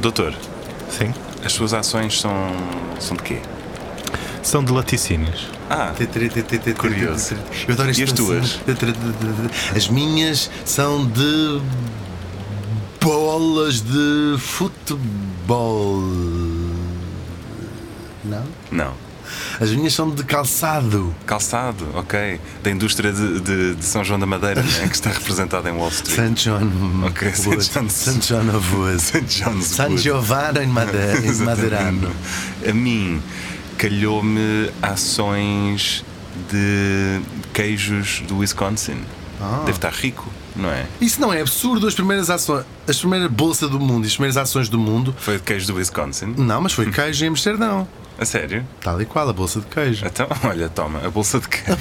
Doutor, Sim. as suas ações são. são de quê? São de laticínios. Ah, Curioso. Eu adoro este E as lance. As minhas são de. bolas de futebol. Não? não. As minhas são de calçado. Calçado, ok. Da indústria de, de- de São João da Madeira, né, que está representada em Wall Street. San John. Ok, St. Wood. John's. San John of Wood. St. John's San Wood. Giovanni em Madeira. em Madeirano. A mim calhou-me ações de queijos do Wisconsin. Deve estar rico, não é? Isso não é absurdo. As primeiras ações. As primeiras bolsa do mundo e as primeiras ações do mundo. Foi de queijo do Wisconsin? Não, mas foi queijo em Amsterdão. A sério? Tal e qual, a bolsa de queijo. Então, olha, toma, a bolsa de queijo.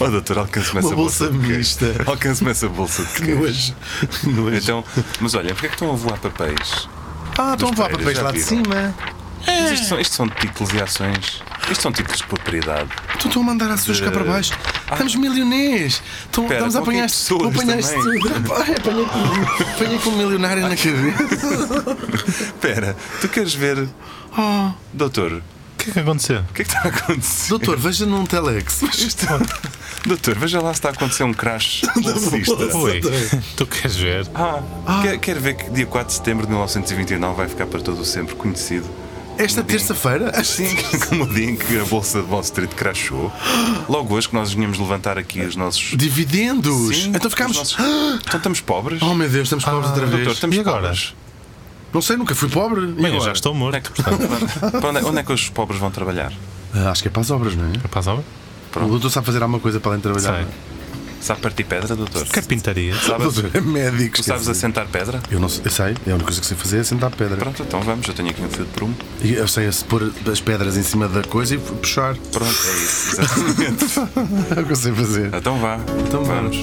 Ó doutor, alcance-me Uma essa bolsa, bolsa de queijo. mista. Alcance-me essa bolsa de Que queijo. nojo. Que nojo. Então, mas olha, porquê é que estão a voar papéis? Ah, Dos estão a prédios, voar papéis já lá de viram? cima. Mas isto, são, isto são títulos e ações. Isto são títulos de propriedade. Então Estão a mandar ações cá para baixo. Estamos milionês. Estão, Espera, estamos a qualquer apanhar. pessoas apanhaste também. tudo. Ai, Apanhei com- apanhei com um milionário na cabeça. Espera, tu queres ver. Oh, Doutor, o que é que aconteceu? o que é que está a acontecer? Doutor, veja num telex. Isto- Doutor, veja lá se está a acontecer um crash bolsista. Oi, tu queres ver? Ah, quer, quer ver que dia 4 de setembro de 1929 vai ficar para todo o sempre conhecido? Esta Como o dia em que- terça-feira. Sim, como o dia em que a bolsa de Wall Street crashou. Logo hoje que nós vinhamos levantar aqui os nossos. Dividendos. Sim, então os ficámos. nossos- Ah. Então estamos pobres? Oh meu Deus, estamos pobres outra vez. Doutor, estamos E agora? pobres. Não sei, nunca fui pobre. E Bem, eu agora? já estou Onde é morto, que- portanto. Para onde, é- onde é que os pobres vão trabalhar? Ah, acho que é para as obras, não é? Rapaz, homem, O doutor sabe fazer alguma coisa para além de trabalhar. sei. não é? Sabe partir pedra, doutor? Carpintaria. Sabe- Doutor, é médico. tu sabes esquece. assentar pedra? Eu, não, sei- eu sei, é a única coisa que sei fazer é sentar pedra. Pronto, então vamos, eu tenho aqui um fio de prumo. E Eu sei é se pôr as pedras em cima da coisa e puxar. Pronto, é isso, exatamente. É o que eu sei fazer. então vá, então vá. vamos.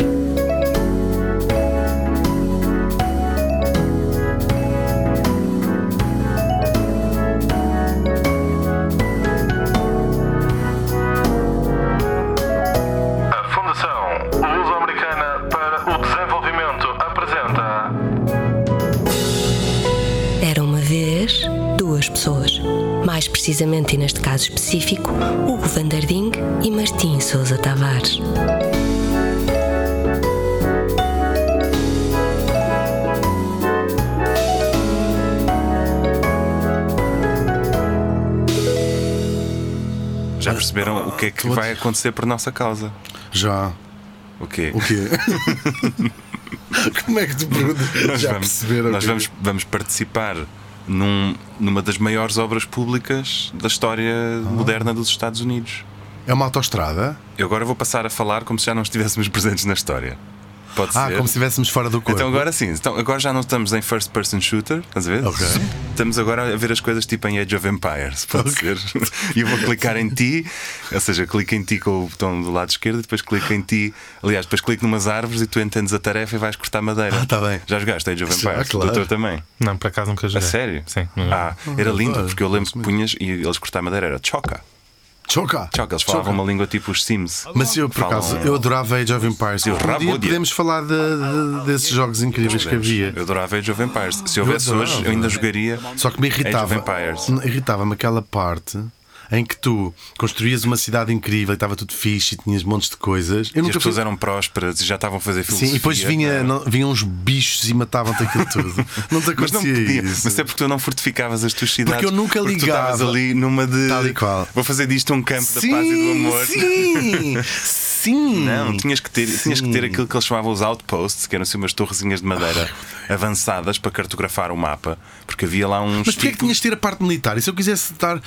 A Fundação Luso-Americana para o Desenvolvimento apresenta Era uma vez duas pessoas. Mais precisamente, e neste caso específico, Hugo Vandarding e Martim Sousa Tavares. Já perceberam o que é que vai acontecer por nossa causa? Já. O quê? O quê? Como é que tu perguntas? Nós Já vamos- perceberam? Nós que- é vamos, vamos participar num- numa das maiores obras públicas da história Ah. moderna dos Estados Unidos. É uma autoestrada? Eu agora vou passar a falar como se já não estivéssemos presentes na história. Pode Ah, ser? como se estivéssemos fora do corpo. Então agora sim, então, agora já não estamos em first person shooter, estás a ver? Ok. Estamos agora a ver as coisas tipo em Age of Empires, pode ser. E eu vou clicar em ti, ou seja, clico em ti com o botão do lado esquerdo e depois clico em ti. Aliás, depois clico numas árvores e tu entendes a tarefa e vais cortar madeira. Ah, tá bem. Já jogaste Age of Já, Empires? claro. Doutor também. Não, por acaso nunca A joguei. sério? Sim. Ah, era lindo, adoro, porque eu lembro que punhas e eles cortar madeira, era choca. Choca! Choca, eles falavam Choca. uma língua tipo os Sims. Mas eu, por Falam- acaso, eu adorava Age of Empires. Eu Um dia rabo-dia. podemos falar de- de- desses jogos incríveis que havia. Eu adorava Age of Empires. Se houvesse adorava. hoje, eu ainda jogaria. Só que me Age irritava. of Empires. Irritava-me aquela parte em que tu construías uma cidade incrível e estava tudo fixe e tinhas montes de coisas. Eu E as nunca pessoas fui- eram prósperas e já estavam a fazer filosofia. é? Sim, e depois vinha, não, vinham uns bichos e matavam-te aquilo tudo. Não te acontecia Mas não podia, isso. mas é porque tu não fortificavas as tuas cidades. eu nunca porque Tu estavas ligava. ali numa de. Tal e qual. Vou fazer disto um campo da paz e do amor. Sim, sim. Não, tinhas que, ter, tinhas que ter Sim. aquilo que eles chamavam os outposts, que eram assim umas torrezinhas de madeira avançadas para cartografar o mapa, porque havia lá uns. Mas porquê é que tipos- tinhas de ter a parte militar? E se eu quisesse estar p-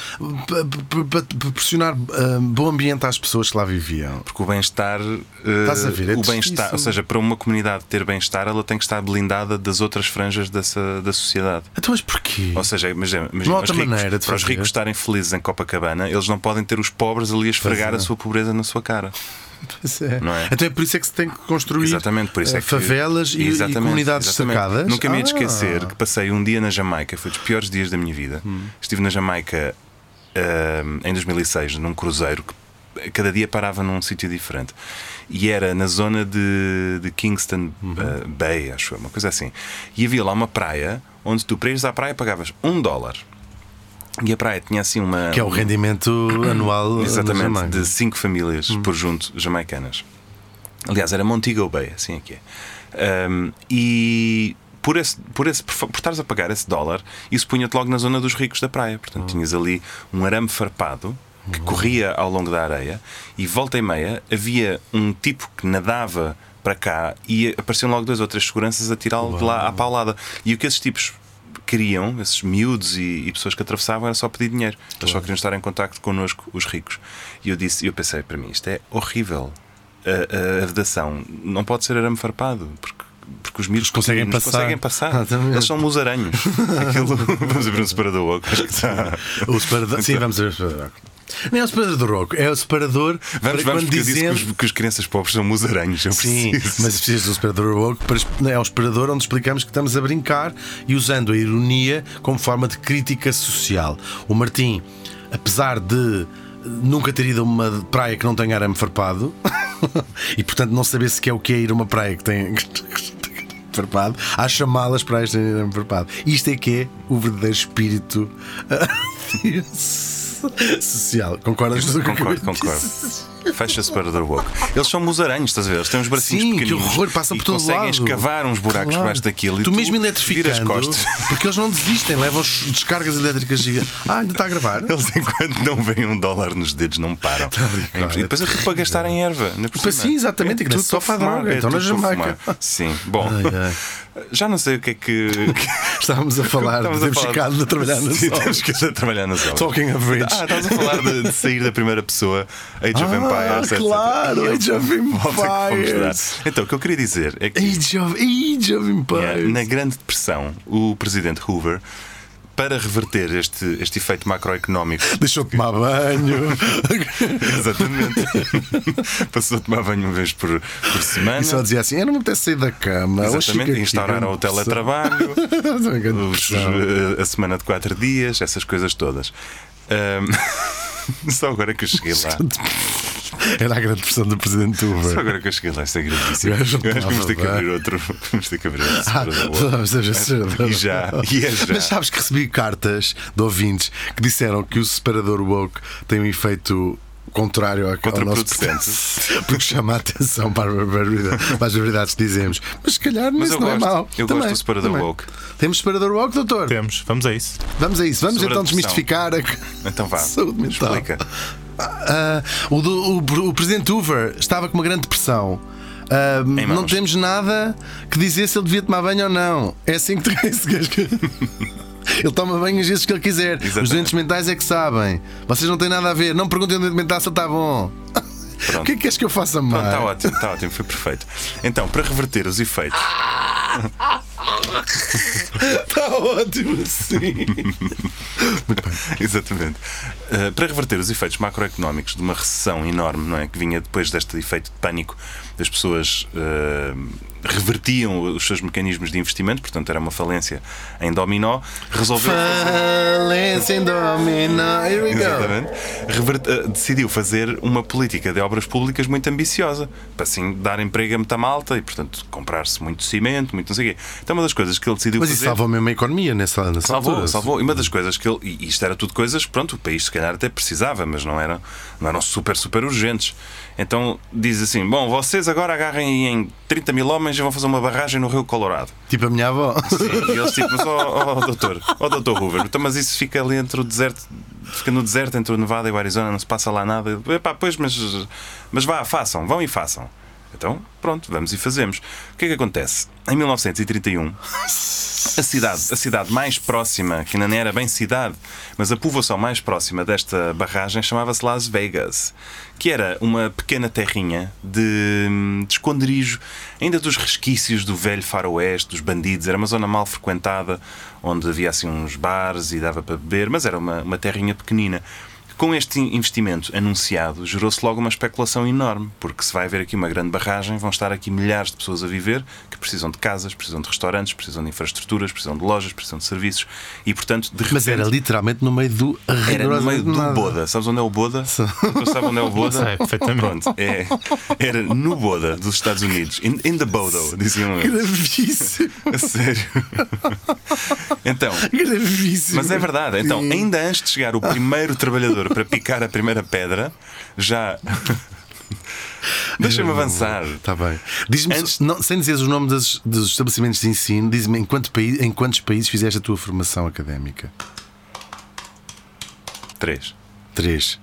p- p- proporcionar ah, bom ambiente às pessoas que lá viviam? Porque o bem-estar. eh, Estás a ver, é o bem-estar, difícil. ou seja, para uma comunidade ter bem-estar, ela tem que estar blindada das outras franjas dessa, da sociedade. Então, mas porquê? Ou seja, imagina, Não imagina há os outra ricos, maneira de para os fazer. ricos estarem felizes em Copacabana, eles não podem ter os pobres ali a esfregar é. a sua pobreza na sua cara. Pois é. não é? Então é por isso é que se tem que construir Exatamente, por isso ah, é que. favelas e- e, Exatamente, comunidades exatamente. destacadas. Nunca me ia de Ah. esquecer que passei um dia na Jamaica, foi dos piores dias da minha vida. Hum. Estive na Jamaica ah, em 2006, num cruzeiro que cada dia parava num sítio diferente. e era na zona de, de Kingston Uhum. eh, Bay, acho eu, uma coisa assim. E havia lá uma praia onde tu, para ires à praia, pagavas um dólar. E a praia tinha assim uma. Que é o rendimento anual. na Exatamente, Jamaica. de cinco famílias por junto jamaicanas. Aliás, era Montego Bay, assim é que é. Um, e por esse, por esse por, fa- por estares a pagar esse dólar, isso punha-te logo na zona dos ricos da praia. Portanto, tinhas ali um arame farpado que corria ao longo da areia e volta e meia havia um tipo que nadava para cá e apareciam logo duas ou três seguranças a tirá-lo de lá à paulada. E o que esses tipos queriam, esses miúdos e, e pessoas que atravessavam, era só pedir dinheiro. Eles só queriam estar em contacto connosco, os ricos. E eu disse, eu pensei para mim, isto é horrível. A, a, a vedação não pode ser arame farpado, porque, porque os miúdos conseguem nos passar. conseguem passar. Ah, também. Eles são musaranhos. Aquilo, vamos abrir um separador oco, acho que está. O separador. Sim, vamos ver o separador. Não é o separador do roco, é o separador Vamos, para vamos, quando porque eu dizemos. disse que os, que os crianças pobres são musaranhos. Eu Sim, preciso. mas precisas do separador do roco para exp- é o separador onde explicamos que estamos a brincar e usando a ironia como forma de crítica social. O Martim, apesar de eh, nunca ter ido a uma praia que não tenha arame farpado e portanto não saber sequer o que é ir a uma praia que tem farpado, a chamá-las praias têm arame farpado. Isto é que é o verdadeiro espírito eh, social. Concordas com o que eu Concordo, disse? concordo. Fecha separador woke. Eles são musaranhos, estás a ver? Eles têm uns bracinhos Sim, que pequeninos. horror, passam e por todo conseguem lado. escavar uns buracos Claro. debaixo daquilo. e Tu, mesmo viras eletrificando, costas. porque eles não desistem, levam as descargas elétricas gigantes. Ah, ainda está a gravar. Eles, enquanto não veem um dólar nos dedos, não param. É impressionante. depois é tudo para gastar em erva. Não é por Tá Pois cima. sim, exatamente, É que nem tudo se topa a fumar, droga, então tudo na para Jamaica. fumar. Sim, bom. Ai, Já não sei o que é que. Estávamos a falar de Estávamos a termos falar- ficado a trabalhar na Sim, sala. temos que a trabalhar nas obras. Talking of which. Ah, estás a falar de, de sair da primeira pessoa, Age of Ah, Empires. etc. claro, E eu- Age of Volta que fomos dar. Empires. Então, o que eu queria dizer é que. Age of, Age of Yeah, Empires. Na Grande Depressão, o presidente Hoover, para reverter este, este efeito macroeconómico. Deixou de tomar banho. Exatamente. Passou a tomar banho uma vez por, por semana. e só dizia assim: eu não me apetece sair da cama. Hoje fica Exatamente, aqui, instauraram grande o teletrabalho, pessoa. Uma grande os, pessoa. eh, a semana de quatro dias, essas coisas todas. Ahm, só agora que eu cheguei lá. Era a grande pressão do presidente Uber. Só agora que eu cheguei lá, isto é gravíssimo. O Eu acho gajo não que vamos ter que estava abrir outro. Vamos ter que abrir outro. Ah, separador. vamos ver se- E já, e é já. Mas sabes que recebi cartas de ouvintes que disseram que o separador woke tem um efeito contrário ao, ao nosso Contraproducente. pretexto, porque chama a atenção para as barbaridades- para as verdades que dizemos. Mas se calhar Mas isso eu não gosto. é mau. Eu Também, gosto do separador também. woke. Temos separador woke, doutor? Temos, vamos a isso. Vamos a isso. Vamos Sobre a depressão. então desmistificar a Então vá. saúde mental. Explica. Ah, o, do- o- o presidente Hoover estava com uma grande depressão. Ah, Em não mãos. temos nada que dizer se ele devia tomar banho ou não. É assim que tem esse gajo. que- Ele toma banho às vezes que ele quiser. Os Exatamente. doentes mentais é que sabem. Vocês não têm nada a ver. Não perguntem ao doente mental se ele está bom. O que é que queres que eu faça mais? Pronto, está tá ótimo, está ótimo, foi perfeito. Então, para reverter os efeitos. Está ótimo assim. Exatamente. Uh, para reverter os efeitos macroeconómicos de uma recessão enorme, não é? Que vinha depois deste efeito de pânico, as pessoas uh, revertiam os seus mecanismos de investimento, portanto era uma falência em dominó, resolveu. Falência em domina. Here we go. Exatamente. Revert- eh, decidiu fazer uma política de obras públicas muito ambiciosa, para assim dar emprego a muita malta e, portanto, comprar-se muito cimento, muito não sei o quê. Então, uma das coisas que ele decidiu Mas isso fazer. salvou mesmo a economia nessa, nessa Salvou, altura. salvou. E uma das coisas que ele. E isto era tudo coisas, pronto, o país se calhar até precisava, mas não eram, não eram super, super urgentes. Então diz assim: bom, vocês agora agarrem em 30 mil homens e vão fazer uma barragem no Rio Colorado. Tipo a minha avó. E eles tipo, mas ó ó, doutor, ó doutor Hoover, então, mas isso fica ali entre o deserto, fica no deserto entre o Nevada e o Arizona, não se passa lá nada. Ele, Epá, pois, mas, mas vá, façam, vão e façam. Então, pronto, vamos e fazemos. O que é que acontece? Em 1931, a cidade, a cidade mais próxima, que ainda não era bem cidade, mas a povoação mais próxima desta barragem chamava-se Las Vegas, que era uma pequena terrinha de, de esconderijo, ainda dos resquícios do velho faroeste, dos bandidos. Era uma zona mal frequentada, onde havia assim uns bares e dava para beber, mas era uma, uma terrinha pequenina. Com este investimento anunciado, gerou-se logo uma especulação enorme, porque se vai haver aqui uma grande barragem, vão estar aqui milhares de pessoas a viver que precisam de casas, precisam de restaurantes, precisam de infraestruturas, precisam de lojas, precisam de serviços e, portanto, de Mas era repente, literalmente no meio do era no meio rigorosamente do nada. Boda. Sabes onde é o Boda? Tu sabes onde é o Boda? Sei, perfeitamente. Pronto, é, era no Boda dos Estados Unidos. In, in the Bodo, diziam eles. Gravíssimo, A sério. Então, gravíssimo. mas é verdade. Então, ainda antes de chegar o primeiro trabalhador para picar a primeira pedra, já. Deixa-me avançar. Está bem. Diz-me, Antes- só- não, sem dizer os nomes das- dos estabelecimentos de ensino, diz-me em, quanto paí- em quantos países fizeste a tua formação académica? Três. Três.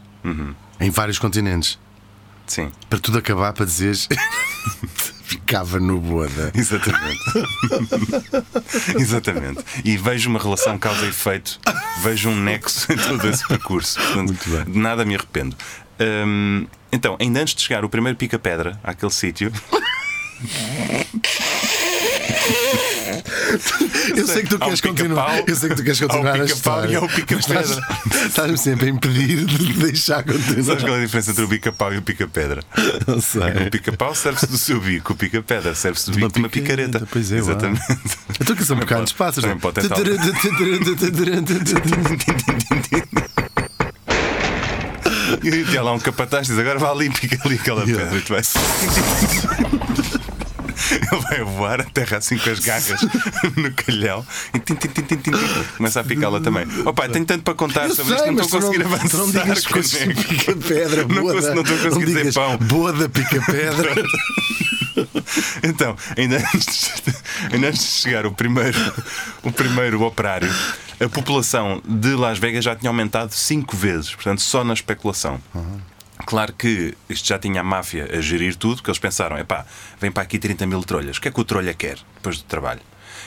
Em vários continentes. Sim, Para tudo acabar, para dizeres. Ficava no boda. exatamente. exatamente. E vejo uma relação causa e efeito, vejo um nexo em todo esse percurso. Portanto, Muito bem. De nada me arrependo. Hum, então, ainda antes de chegar o primeiro pica-pedra àquele sítio, Eu sei que tu Há um queres continuar. pica-pau, Eu sei que tu queres há continuar um a pica-pau história. e há um mas pica-pedra. estás- Estás-me sempre a impedir de deixar sabes continuar. qual é a diferença entre o pica-pau e o pica-pedra? Não O sei. pica-pau serve-se do seu bico, o pica-pedra serve-se do De uma bico de uma picareta, picareta. pois é, uau. Exatamente. Eu estou a caçar um bocado pode- de espaços. também pode tentar. E tem lá um capataz e diz: agora vá ali, pica ali aquela Yeah. pedra. E tu vais. Ele vai voar a terra assim com as garras no calhau e tim, tim, tim, tim, tim, tim. começa a picá-la também. Opa, tenho tanto para contar Eu sobre isto, sei, não mas estou a conseguir tu não, avançar. tu Não digas caneco. coisas de pica-pedra, é Não boa. consigo- não estou a conseguir dizer digas pão. Boa da pica-pedra. Então, ainda antes, de, ainda antes de chegar o primeiro, o primeiro operário, a população de Las Vegas já tinha aumentado cinco vezes, portanto, só na especulação. Claro que isto já tinha a máfia a gerir tudo, que eles pensaram: epá, vem para aqui 30 mil trolhas, o que é que o trolha quer depois do trabalho?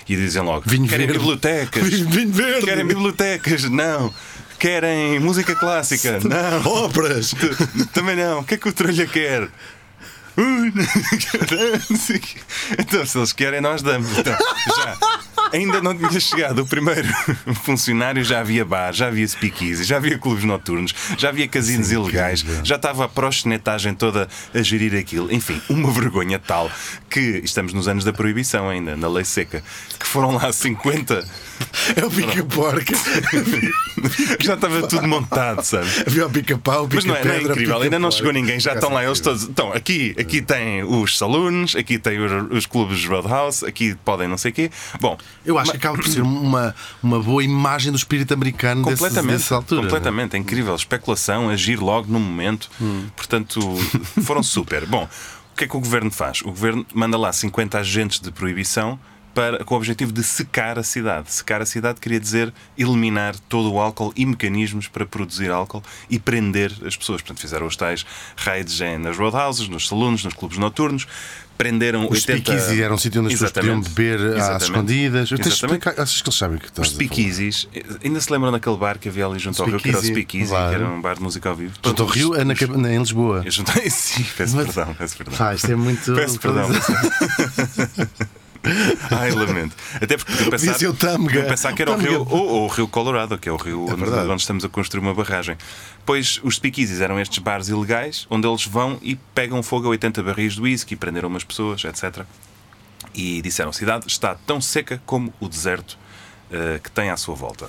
E dizem logo: Vinho querem verde. bibliotecas, Vinho- vinho verde. querem bibliotecas, não, querem música clássica, não. Óperas. T- Também não. O que é que o trolha quer? Ui, então, se eles querem, nós damos. Então, já. Ainda não tinha chegado o primeiro funcionário, já havia bar, já havia speakeasy, já havia clubes noturnos, já havia casinos ilegais, já estava a proxenetagem toda a gerir aquilo. Enfim, uma vergonha tal que estamos nos anos da proibição ainda, na lei seca, que foram lá 50. É o pica-porca. Já estava tudo montado, sabes? Havia É o pica-pau, Mas não pica-pedra. é, não é incrível, ainda não pica-porca. chegou ninguém, já estão lá eles todos. Então, aqui, aqui tem os saloons, aqui tem os, os clubes Roadhouse, aqui podem não sei o quê. Bom, Eu acho que acaba por ser uma, uma boa imagem do espírito americano desse- completamente, dessa altura. completamente, é incrível. Especulação, agir logo no momento. Hum. Portanto, foram super. Bom, o que é que o governo faz? O governo manda lá 50 agentes de proibição. Para, com o objetivo de secar a cidade. Secar a cidade queria dizer eliminar todo o álcool e mecanismos para produzir álcool e prender as pessoas. Portanto, fizeram os tais raids em- nas roadhouses, nos saloons, nos clubes noturnos, prenderam Os 80... speakeasy era um sítio onde as pessoas podiam Exatamente. beber às Exatamente. escondidas. Eu tenho de Exatamente. explicar- Achas que eles sabem o que estás Os a falar? speakeasies, ainda se lembram daquele bar que havia ali junto ao Rio, que era o Speakeasy, Speakeasy, claro. que era um bar de música ao vivo. Junto ao Rio, é na, cab- na- em Lisboa. Eu juntei, sim, peço perdão, peço perdão. Pá, isto é muito. Peço perdão. Ai, lamento. Até porque podiam pensar, Dizia o Tâmega. podiam pensar que era o Tâmega. rio, ou, ou o rio Colorado, que é o rio onde, verdade. onde estamos a construir uma barragem. Pois os speakeasies eram estes bares ilegais onde eles vão e pegam fogo a 80 barris de whisky, prenderam umas pessoas, etc. E disseram: a cidade está tão seca como o deserto eh, que tem à sua volta.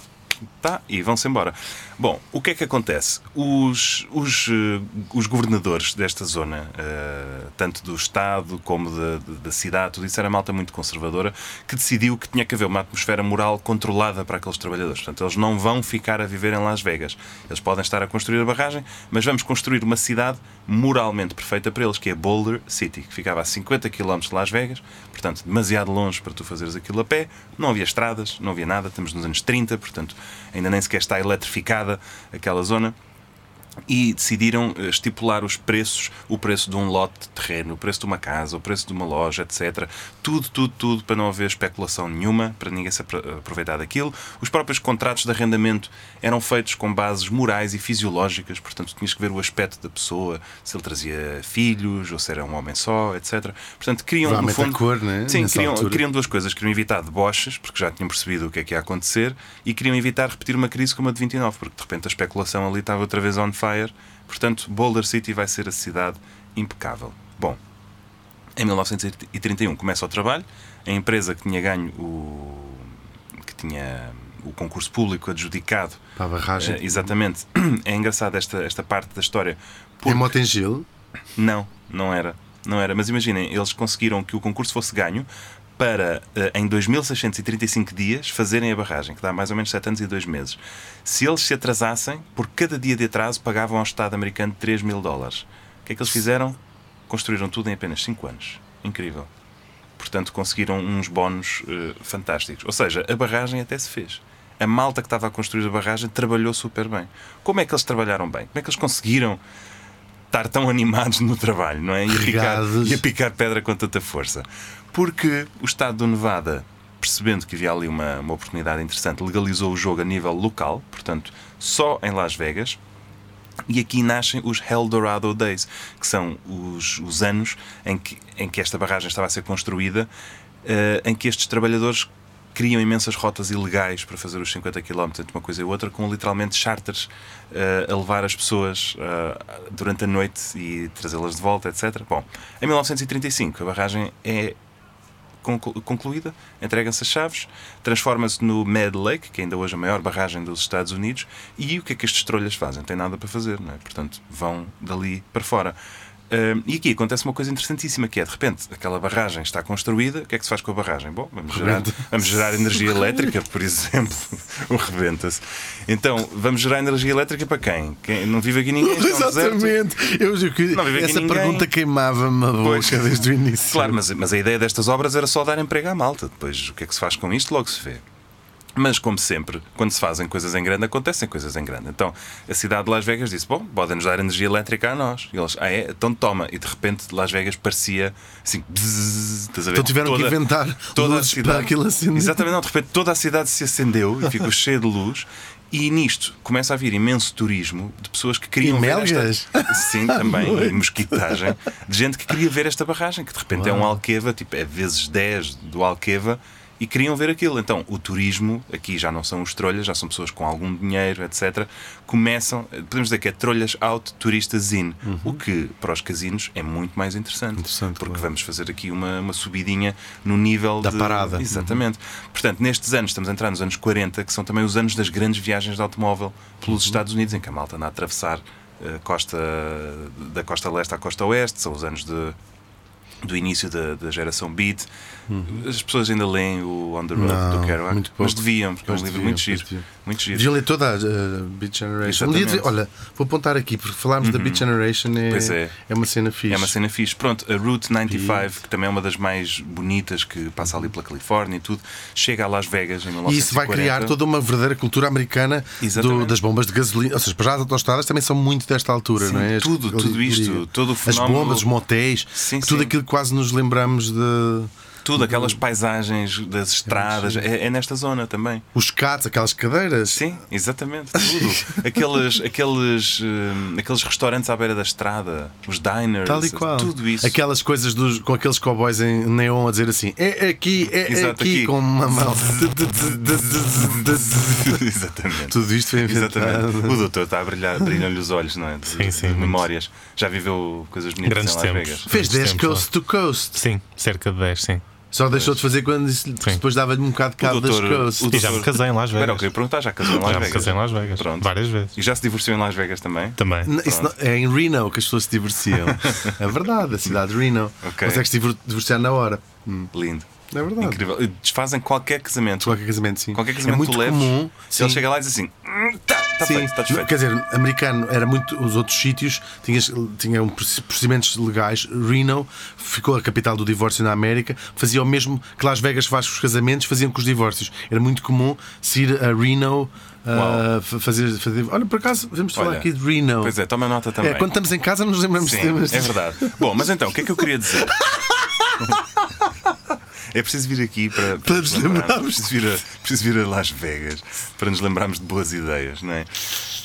Tá, e vão-se embora. Bom, o que é que acontece? Os, os, eh, os governadores desta zona, eh, tanto do Estado como da, da- da cidade, tudo isso era malta muito conservadora, que decidiu que tinha que haver uma atmosfera moral controlada para aqueles trabalhadores. Portanto, eles não vão ficar a viver em Las Vegas. Eles podem estar a construir a barragem, mas vamos construir uma cidade moralmente perfeita para eles, que é Boulder City, que ficava a 50 km de Las Vegas, portanto, demasiado longe para tu fazeres aquilo a pé. Não havia estradas, não havia nada, estamos nos anos 30, portanto, ainda nem sequer está eletrificada aquela zona. e decidiram eh, estipular os preços, o preço de um lote de terreno, o preço de uma casa, o preço de uma loja, etc. Tudo, tudo, tudo para não haver especulação nenhuma, para ninguém se apro- aproveitar daquilo. Os próprios contratos de arrendamento eram feitos com bases morais e fisiológicas, portanto tinhas que ver o aspecto da pessoa, se ele trazia filhos ou se era um homem só, etc. Portanto, criam no Provavelmente a fundo, cor, né? Sim, Nessa criam, altura. criam duas coisas. Queriam evitar deboches, porque já tinham percebido o que é que ia acontecer, e queriam evitar repetir uma crise como a de 29, porque de repente a especulação ali estava outra vez on fire. Portanto, Boulder City vai ser a cidade impecável. Bom, em 1931 começa o trabalho. A empresa que tinha ganho o. que tinha o concurso público adjudicado. Para a barragem. eh, exatamente. É engraçado esta, esta parte da história. Em porque- Motengil, não, não era. Não era. Mas imaginem, eles conseguiram que o concurso fosse ganho para, eh, em 2635 dias, fazerem a barragem, que dá mais ou menos 7 anos e 2 meses. Se eles se atrasassem, por cada dia de atraso pagavam ao Estado americano 3 mil dólares. O que é que eles fizeram? Construíram tudo em apenas 5 anos. Incrível. Portanto, conseguiram uns bónus eh, fantásticos. Ou seja, a barragem até se fez. A malta que estava a construir a barragem trabalhou super bem. Como é que eles trabalharam bem? Como é que eles conseguiram estar tão animados no trabalho, não é? E a picar, Regados. e a picar pedra com tanta força. Porque o estado do Nevada, percebendo que havia ali uma, uma oportunidade interessante, legalizou o jogo a nível local, portanto, só em Las Vegas, e aqui nascem os Eldorado Days, que são os, os anos em que, em que esta barragem estava a ser construída, eh, em que estes trabalhadores criam imensas rotas ilegais para fazer os 50 km entre uma coisa e outra, com literalmente charters eh, a levar as pessoas eh, durante a noite e trazê-las de volta, etc. Bom, em 1935 a barragem é conclu- concluída, entregam-se as chaves, transforma-se no Mad Lake, que ainda hoje é a maior barragem dos Estados Unidos, e o que é que estes trolhas fazem? Não têm nada para fazer, não é? Portanto, vão dali para fora. Ahm, e aqui acontece uma coisa interessantíssima que é, de repente, aquela barragem está construída, o que é que se faz com a barragem? Bom, vamos gerar, vamos gerar energia elétrica, por exemplo, o rebenta-se. Então, vamos gerar energia elétrica para quem? quem não vive aqui ninguém? isto é um deserto. Exatamente. Eu juro que Não vive aqui essa ninguém. pergunta queimava-me a boca Pois. desde o início. Claro, mas, mas a ideia destas obras era só dar emprego à malta. Depois, o que é que se faz com isto? Logo se vê. Mas, como sempre, quando se fazem coisas em grande, acontecem coisas em grande. Então, a cidade de Las Vegas disse: Bom, podem-nos dar energia elétrica a nós. E eles, ah, é? Então toma. E de repente, Las Vegas parecia assim. bzzz, estás a ver? Então tiveram que Toda- inventar toda a luzes cidade. para aquilo acender. Exatamente, não, de repente toda a cidade se acendeu e ficou cheia de luz. E nisto começa a vir imenso turismo de pessoas que queriam E ver melgas? esta... Sim, também, e mosquitagem, de gente que queria ver esta barragem, que de repente é um Alqueva, tipo, é vezes 10 do Alqueva, e queriam ver aquilo. Então, o turismo, aqui já não são os trolhas, já são pessoas com algum dinheiro, etc. Começam, podemos dizer que é trolhas out, turistas in, o que para os casinos é muito mais interessante, Uhum. Interessante, porque claro. vamos fazer aqui uma, uma subidinha no nível Da de- parada. Exatamente. Portanto, nestes anos, estamos a entrar nos anos 40, que são também os anos das grandes viagens de automóvel Uhum. pelos Estados Unidos, em que a malta anda a atravessar eh, costa, da costa leste à costa oeste, são os anos de, do início da, da geração Beat. As pessoas ainda leem o On the Road Uhum. Não, do Kerouac, muito pouco. mas deviam, porque é um Pois livro deviam, muito pois giro. deviam. Muito giro. Devia ler toda a uh, Beat Generation. Um dia Exatamente. Uhum. devia- olha, vou apontar aqui, porque falámos da Beat Generation é, Pois é. uma cena fixe. É uma cena fixe. Pronto, a Route 95, que também é uma das mais bonitas, que passa ali pela Califórnia e tudo, chega a Las Vegas em 1940. E isso vai criar toda uma verdadeira cultura americana Exatamente. do- das bombas de gasolina. Ou seja, para já as autostradas também são muito desta altura, Sim, não é? tudo, As- tudo isto, liga. todo o As fenómeno- bombas, os motéis, Sim, tudo sim. aquilo que quase nos lembramos de. Tudo, Uhum. aquelas paisagens das estradas, é, é nesta zona também. Os catos, aquelas cadeiras. Sim, exatamente, tudo. aqueles, aqueles, hum, aqueles restaurantes à beira da estrada, os diners, Tal e qual. tudo isso. Aquelas coisas dos, com aqueles cowboys em neon a dizer assim: é aqui, é Exato, aqui, aqui. com uma mão. exatamente. Tudo isto foi inventado. Exatamente. O doutor está a brilhar, brilham-lhe os olhos, não é? De- Sim, sim, de muito. memórias. Já viveu coisas bonitas Grandes em Las tempos. Vegas. Fez Muito 10 tempo, coast to coast. Sim, cerca de 10, sim. Só deixou de fazer quando isso- depois dava-lhe um bocado de cabo das doutor- coast. o E já me casei em Las Vegas. Era o que eu ia perguntar, já casou em Las já me Vegas? casei em Las Vegas. Pronto. Várias vezes. E já se divorciou em Las Vegas também? Também. Não, isso não- é em Reno que as pessoas se divorciam. é verdade, a cidade de Reno. Ok. Consegues divor- divorciar na hora. Lindo. É verdade. Incrível. E Desfazem qualquer casamento. Qualquer casamento, sim. Qualquer casamento é muito que tu leves, comum. Sim. ele chega lá e diz assim: "Hum, tá, está Sim, feito, está não, desfeito. quer dizer, americano era muito. Os outros sítios tinhas, tinham proce- procedimentos legais. Reno ficou a capital do divórcio na América, fazia o mesmo que Las Vegas faz com os casamentos, faziam com os divórcios. Era muito comum se ir a Reno ah, fa- fazer, fazer. Olha, por acaso, vamos falar Olha, aqui de Reno. Pois é, toma nota É, também. quando estamos em casa, não nos lembramos de Sim, temas. é verdade. Bom, mas então, o que é que eu queria dizer? É preciso vir aqui para, para, nos lembrarmos. lembrarmos. Preciso vir, a, preciso vir a Las Vegas para nos lembrarmos de boas ideias, não é?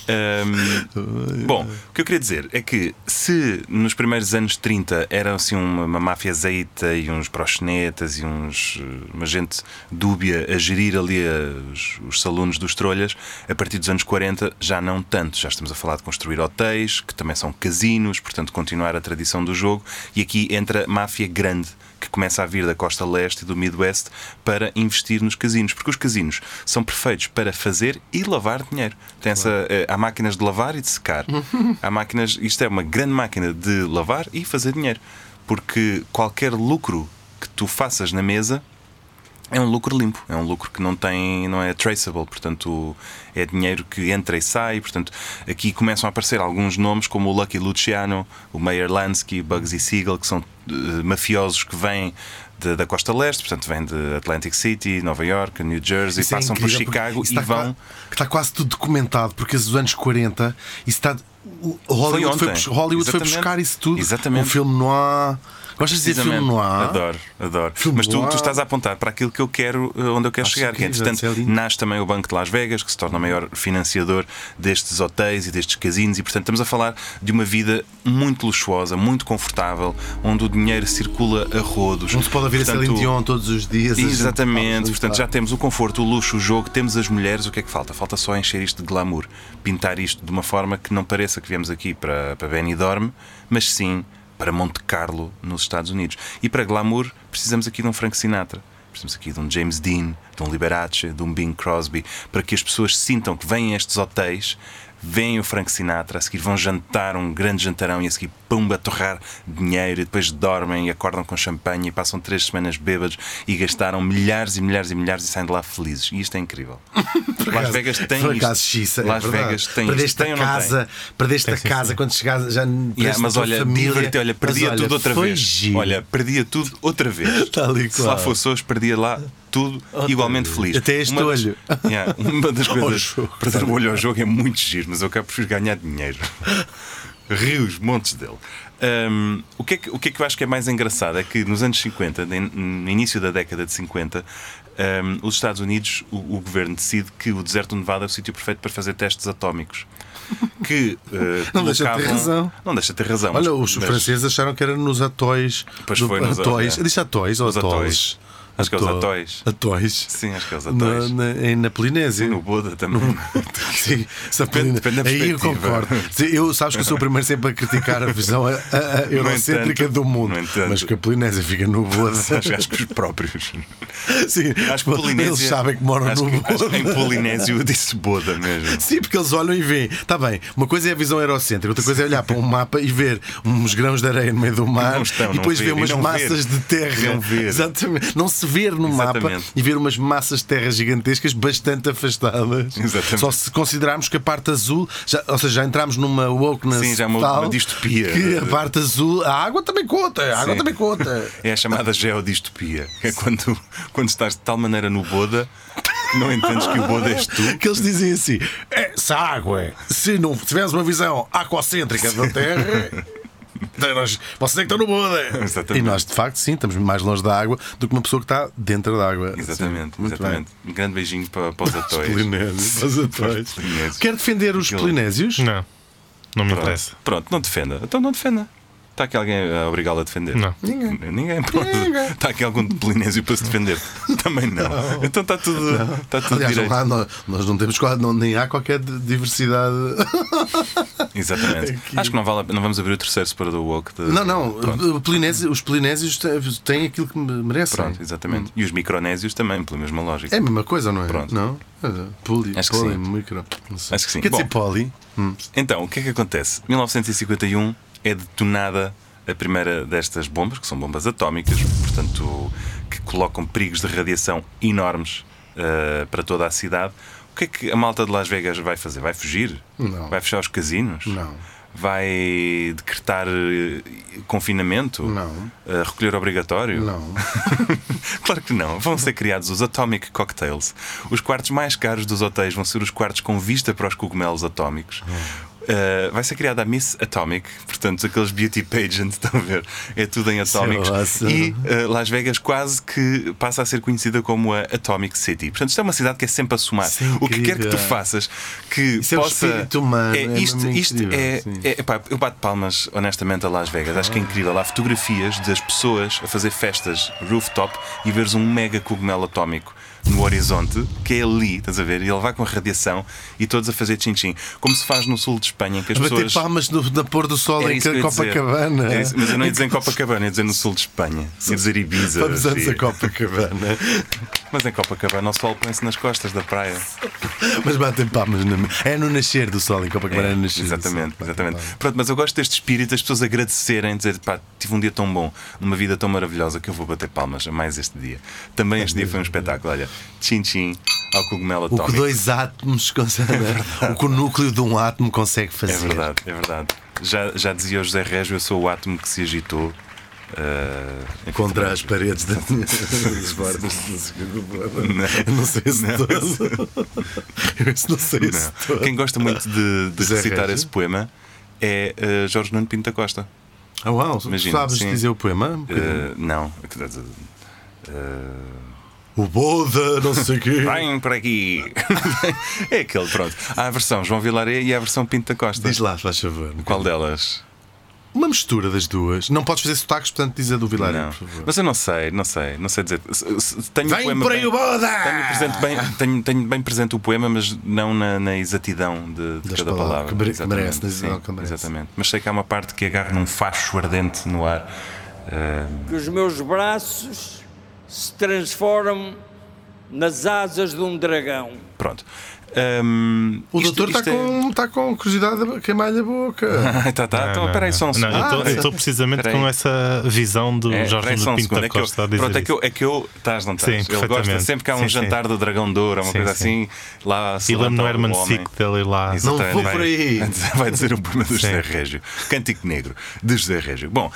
Ahm, bom, o que eu queria dizer é que se nos primeiros anos 30 era assim uma, uma máfia azeita e uns proxenetas e uns, eh, uma gente dúbia a gerir ali a- os, os salunos dos trolhas, a partir dos anos 40 já não tanto. Já estamos a falar de construir hotéis, que também são casinos, portanto continuar a tradição do jogo. E aqui entra máfia grande que começa a vir da costa leste e do Midwest para investir nos casinos, porque os casinos são perfeitos para fazer e lavar dinheiro. Tem essa, eh, há máquinas de lavar e de secar. há máquinas, isto é uma grande máquina de lavar e fazer dinheiro, porque qualquer lucro que tu faças na mesa é um lucro limpo, é um lucro que não tem, não é traceable, portanto é dinheiro que entra e sai, portanto aqui começam a aparecer alguns nomes como o Lucky Luciano, o Meyer Lansky, Bugsy Siegel, que são eh, mafiosos que vêm de- da costa leste, portanto vêm de Atlantic City, Nova York, New Jersey, Isso é passam por incrível, porque Chicago isso e está vão qua- Está quase tudo documentado, porque os anos 40, isso está. o Hollywood, ontem. foi, bus- Hollywood foi Exatamente. buscar isso tudo. Exatamente. Um filme noir. Gostas de dizer Precisamente. filme noir? Adoro, adoro. Filme Mas tu, noir. tu estás a apontar para aquilo que eu quero, eh, onde eu quero Acho chegar. Que, incrível, entretanto, isso é lindo. nasce também o Banco de Las Vegas, que se torna o maior financiador destes hotéis e destes casinos. E, portanto, estamos a falar de uma vida muito luxuosa, muito confortável, onde o dinheiro circula a rodos. Não se pode haver Portanto, a Celine Dion todos os dias. Exatamente, portanto já temos o conforto, o luxo, o jogo, temos as mulheres, o que é que falta? Falta só encher isto de glamour, pintar isto de uma forma que não pareça que viemos aqui para, para Benidorm, mas sim para Monte Carlo, nos Estados Unidos. E para glamour precisamos aqui de um Frank Sinatra, precisamos aqui de um James Dean, de um Liberace, de um Bing Crosby, para que as pessoas sintam que vêm a estes hotéis, veem o Frank Sinatra, a seguir vão jantar um grande jantarão e a seguir pumba torrar dinheiro e depois dormem e acordam com champanhe e passam três semanas bêbados e gastaram milhares e milhares e milhares e saem de lá felizes. E isto é incrível. Las Vegas tem Por isto. acaso, Xissa, é Las verdade. Vegas tem isto. Perdeste Tem a ou não tem? casa, perdeste a casa quando chegaste já perdeste Yeah, a mas tua olha, família. diverti, olha, Mas perdia olha, tudo outra foi vez. giro. Tá Olha, perdia tudo outra vez. Tal e Se lá qual. fosse hoje, perdia lá tudo igualmente feliz. Até este Uma das- olho. Yeah, uma das coisas. jogo. Perder o olho ao jogo é muito giro, mas eu cá prefiro ganhar dinheiro. Rios, montes dele. Hum, o, que é que, o que é que eu acho que é mais engraçado é que nos anos 50, de- no início da década de 50, hum, os Estados Unidos, o, o governo decide que o deserto do Nevada é o sítio perfeito para fazer testes atómicos. Que eh, Não deixa de ter colocavam- razão. Não deixa de ter razão. Olha, mas- os mas- franceses acharam que era nos atóis. Pois do- foi nos atóis. atóis. Diz atóis ou Os atóis? atóis. Acho que é os Ató- atóis. Atóis. Sim, acho que é os Na, atóis. na, em- na Polinésia. No Buda também. Sim, Depende- Sapelina. depende da Aí eu perspectiva. concordo. Sim, Eu, sabes que eu sou o primeiro sempre a criticar a visão a, a- a eurocêntrica entanto, do mundo. no entanto. Mas que a Polinésia fica no Boa. acho, acho que os próprios. Sim, Acho que Polinésia. eles sabem que moram acho no que- acho que Boa. em Polinésio eu disse Boda mesmo. Sim, porque eles olham e veem. Está bem, uma coisa é a visão eurocêntrica, outra coisa é olhar para um mapa e ver uns grãos de areia no meio do mar Não estão, e não depois ver, ver e umas não ver. massas de terra. Não ver. Exatamente. Não se ver no mapa Exatamente. e ver umas massas de terra gigantescas bastante afastadas. Exatamente. Só se considerarmos que a parte azul, já, ou seja, já entramos numa wokeness Sim, já é uma- tal, uma distopia. Que a parte azul, a água também conta, a água Sim. também conta. É a chamada geodistopia. que É quando, quando estás de tal maneira no Boda, não entendes que o Boda és tu. que eles dizem assim: é, se a água, se não tiveres uma visão aquocêntrica da Terra. então nós- Vocês é que estão no Buda! Exatamente. E nós, de facto, sim, estamos mais longe da água do que uma pessoa que está dentro da água. Exatamente, Sim, muito bem. exatamente. Um grande beijinho para, para os Os atóis. polinésios. os atóis. polinésios. Quer defender os Aquilo- polinésios? Não, não me interessa. Pronto, pronto, não defenda. Então não defenda. Está aqui alguém a obrigá-lo a defender? Não. Ninguém. Ninguém. pronto. Está aqui algum polinésio para se defender? Também não. Então está tudo, está tudo Aliás, direito. lá nós, nós não temos quase, não, nem há qualquer de- diversidade. Exatamente. Acho que não, vale, a- não vamos abrir o terceiro separador woke. de- Não, não, Pronto, o polinési- os polinésios te- têm aquilo que me- merecem. pronto, exatamente. E os micronésios também, pela mesma lógica. Hum. É a mesma coisa, não é? Pronto. Não? Poli, Acho que poli, sim. micro. não sei. Acho que sim. Quer dizer, Bom. poli. Então, o que é que acontece? 1951 é detonada a primeira destas bombas, que são bombas atómicas, portanto, que colocam perigos de radiação enormes eh, para toda a cidade. O que é que a malta de Las Vegas vai fazer? Vai fugir? Não. Vai fechar os casinos? Não. Vai decretar eh, confinamento? Não. Eh, recolher obrigatório? Não. claro que não. Vão ser criados os Atomic Cocktails. Os quartos mais caros dos hotéis vão ser os quartos com vista para os cogumelos atómicos. Hum. Uh, vai ser criada a Miss Atomic, portanto, aqueles beauty pageant, estão a ver? É tudo em atómicos. awesome. E uh, Las Vegas quase que passa a ser conhecida como a Atomic City. Portanto, isto é uma cidade que é sempre a somar. Sim, o que quer que incrível. tu faças que Isso é o possa. espírito humano, é isto, mesmo isto incrível, é, sim. é, epá, eu bato palmas, honestamente, a Las Vegas. Acho que é incrível. Há fotografias das pessoas a fazer festas rooftop e veres um mega cogumelo atómico no horizonte, que é ali, estás a ver? E ele vai com a radiação e todos a fazer chin-chin. Como se faz no sul de Espanha, em que as Bater pessoas. palmas no, na pôr do sol Era em isso que eu ia dizer. Copacabana. Era isso, mas eu não ia dizer em Copacabana, ia dizer no sul de Espanha. Ia dizer Ibiza. Vamos antes sim. a Copacabana. Mas em Copacabana o sol põe-se nas costas da praia. Mas batem palmas na. É no nascer do sol em Copacabana. é no nascer do sol. Exatamente, Batem exatamente. palmas. Pronto, mas eu gosto deste espírito, as pessoas agradecerem, dizer pá, tive um dia tão bom, numa vida tão maravilhosa que eu vou bater palmas a mais este dia. Também este dia foi um espetáculo. Olha, tchim-tchim ao cogumelo O que atómico. dois átomos conseguem. o que o núcleo de um átomo consegue fazer. É verdade, é verdade. Já, já dizia o José Régio, eu sou o átomo que se agitou. ah, enfim, Contra também- as paredes da das bordas do Não sei se Não. todo. Eu esse não sei se Não. todo. Quem gosta muito de, de José recitar Régio? esse poema é ah, Jorge Nuno Pinto da Costa. Ah, uau, Imagina, sabes sim. dizer o poema? Ah, não, quer dizer, ah, O Boda, não sei o quê. Vem por aqui! é aquele, pronto. Há a versão João Vilaré e há a versão Pinto da Costa. Diz lá, se faz favor. Qual delas? Uma mistura das duas. Não podes fazer sotaques, portanto, diz a do Vilar, não. por favor. Mas eu não sei, não sei, não sei dizer. Se- se- Tenho o Vem poema por aí bem- o Boda! Tenho, presente bem, tenho, tenho bem presente o poema, mas não na, na exatidão de, de Das cada palavras, palavra. que mere- que Exatamente, merece, na exatidão sim, que merece. Exatamente. Mas sei que há uma parte que agarra num facho ardente no ar. Ah, que os meus braços se transformam nas asas de um dragão. pronto. Ahm, O isto- doutor está isto é- com, tá com curiosidade a queimar-lhe a boca. Ah, tá, tá. Então, não, espera aí só um não, segundo. eu tô- Espera aí. eu estou precisamente Espera aí. com essa visão do É, Jorge peraí só Nuno um Pinto segundo, da é que eu- Costa a dizer pronto, é que, isso. eu, é que eu. Estás, não Sim, estás? Ele gosta perfeitamente. sempre que há um Sim, jantar sim. do Dragão de Ouro, uma Sim, coisa sim. assim, lá E se lembro no levanta o Herman homem. Sick dele lá. Exatamente. Não vou por aí. Vai dizer, vai dizer o poema do José Régio. Cântico Negro, de José Régio. Bom,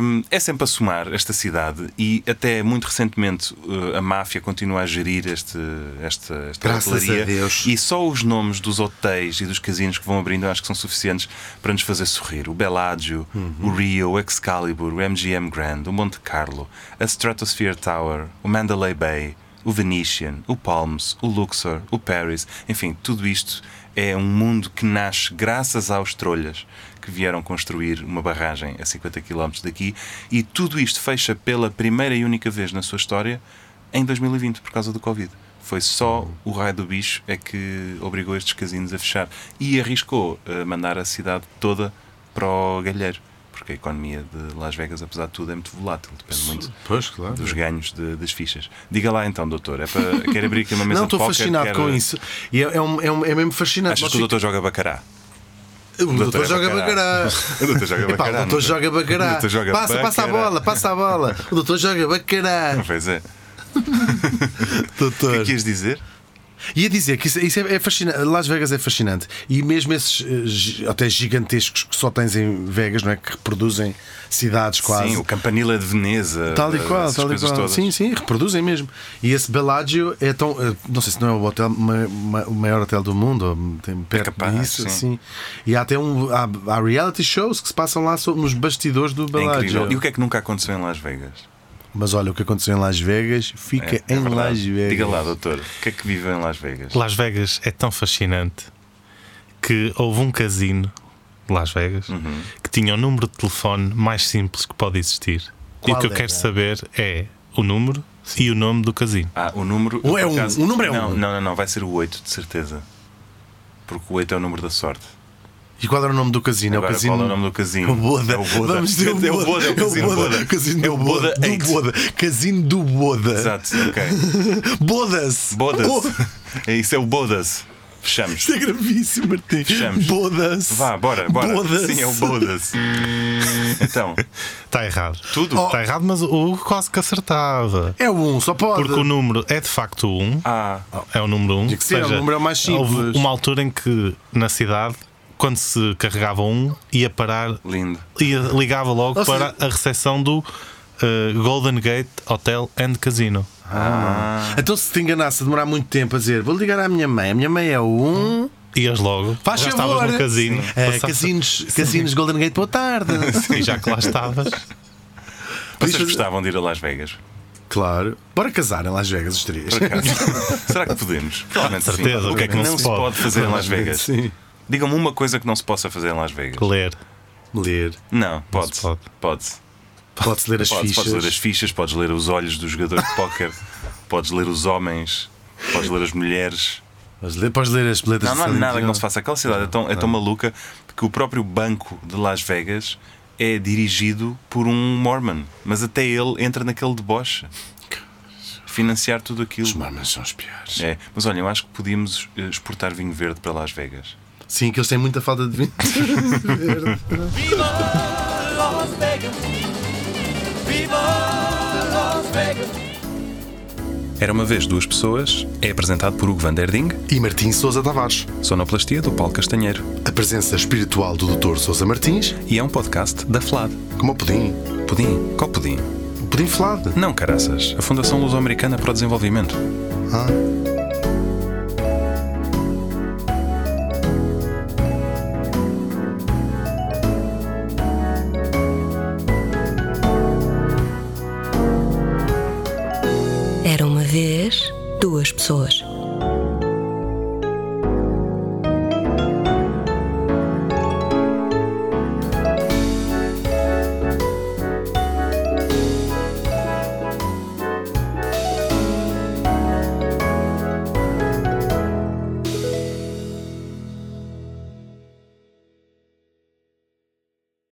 hum, é sempre a somar esta cidade e até muito recentemente uh, a máfia continua a gerir este, esta, esta Graças hotelaria. a Deus. E só os nomes dos hotéis e dos casinos que vão abrindo eu acho que são suficientes para nos fazer sorrir. O Bellagio, Uhum. o Rio, o Excalibur, o MGM Grand, o Monte Carlo, a Stratosphere Tower, o Mandalay Bay, o Venetian, o Palms, o Luxor, o Paris, enfim, tudo isto é um mundo que nasce graças aos trolhas que vieram construir uma barragem a 50 km daqui e tudo isto fecha pela primeira e única vez na sua história em 2020 por causa do Covid. Foi só o raio do bicho é que obrigou estes casinos a fechar e arriscou a mandar a cidade toda para o galheiro, porque a economia de Las Vegas, apesar de tudo, é muito volátil, depende muito Pois, claro. dos ganhos de- das fichas. Diga lá então, doutor, é para quer abrir aqui uma mesa Não, de estou póquer, fascinado quer- com isso. E é, é um- é um- é mesmo fascinante. Achas Nós que o doutor joga bacará? O doutor, doutor é joga bacará. bacará. O doutor joga Epá, bacará, o doutor não joga sei. O bacará. doutor joga passa, passa a bacará. bola, passa a bola. O doutor joga bacará. Pois é. O que é Doutor. que ias dizer? Ia dizer que isso, isso é, é fascinante. Las Vegas é fascinante. E mesmo esses eh, gi- até gigantescos que só tens em Vegas, não é? Que reproduzem cidades quase. Sim, o Campanila de Veneza. eh, Tal e qual, essas tal e coisas qual. todas. Sim, sim, reproduzem mesmo. E esse Bellagio é tão. eh, Não sei se não é o hotel, ma- ma- o maior hotel do mundo, ou tem perto É capaz, disso, sim. assim. E há até um. Há, há reality shows que se passam lá so- nos bastidores do É incrível. E o Bellagio. que é que nunca aconteceu em Las Vegas? Mas olha, o que aconteceu em Las Vegas fica É, é em verdade. Las Vegas. Diga lá, doutor, o que é que vive em Las Vegas? Las Vegas é tão fascinante que houve um casino de Las Vegas Uhum. que tinha o número de telefone mais simples que pode existir. e Qual o que eu era? quero saber é o número e o nome do casino. Ah, o número. Ou é por um, o número é não, um. Não, não, não, vai ser o 8, de certeza. Porque o 8 é o número da sorte. E qual era o nome do casino? Agora, é o casino. qual é o nome do casino? O Boda. É o Boda. Vamos dizer É o Boda, é o casino Boda. Boda. Casino É do o Boda Boda. Do Eight. Boda. Casino do Boda. Exato, ok. Bodas. Bodas. Bo- É isso, é o Bodas. Fechamos. Isto é gravíssimo, Martim. Fechamos. Bodas. Vá, bora, bora. Bodas. Sim, é o Bodas. então, Está Tá errado. tudo. Está errado, mas o Hugo quase que acertava. É um, só pode. Porque o número é de facto um. Ah, É o número um. Tinha que ser, Ou é o número mais simples. Houve uma altura em que na cidade, quando se carregava um, ia parar, lindo. Ah, ia, ligava logo Ou para seja- a recepção do eh, Golden Gate Hotel and Casino. Então se te enganasse a demorar muito tempo a dizer, vou ligar à minha mãe. A minha mãe é o um. Hum. Ias logo. Faz já favor. estavas no casino. É, passaste- casinos, casinos Golden Gate, boa tarde. E já que lá estavas, Vocês fazer- gostavam de ir a Las Vegas? Claro. Bora casar em Las Vegas os três. Por acaso? Será que podemos? Provavelmente sim. certeza, O que é que não, se pode, fazer em Las Vegas? Sim. Digam-me uma coisa que não se possa fazer em Las Vegas. ler. Ler. Não, se pode. pode. Pode. Pode-se ler as Podes, fichas. podes ler as fichas, podes ler os olhos do jogador de póquer, podes ler os homens, podes ler as mulheres. Podes ler, podes ler as boletas Não, não há de saúde. nada que não se faça. Aquela cidade é tão, é tão maluca que o próprio banco de Las Vegas é dirigido por um Mormon, mas até ele entra naquele deboche. Financiar tudo Os aquilo. mormons são os piores. É, mas olha, eu acho que podíamos eh, exportar vinho verde para Las Vegas. Sim, que eles têm muita falta de vinho. Era uma vez duas pessoas, é apresentado por Hugo Van Der Ding, E Martim Sousa Tavares. sonoplastia do Paulo Castanheiro, A presença espiritual do Dr. Sousa Martins, e é um podcast da FLAD. como o pudim. Pudim? Qual pudim? O pudim flado. Não, caraças. A Fundação Luso-Americana para o Desenvolvimento. Ah. Era uma vez duas pessoas.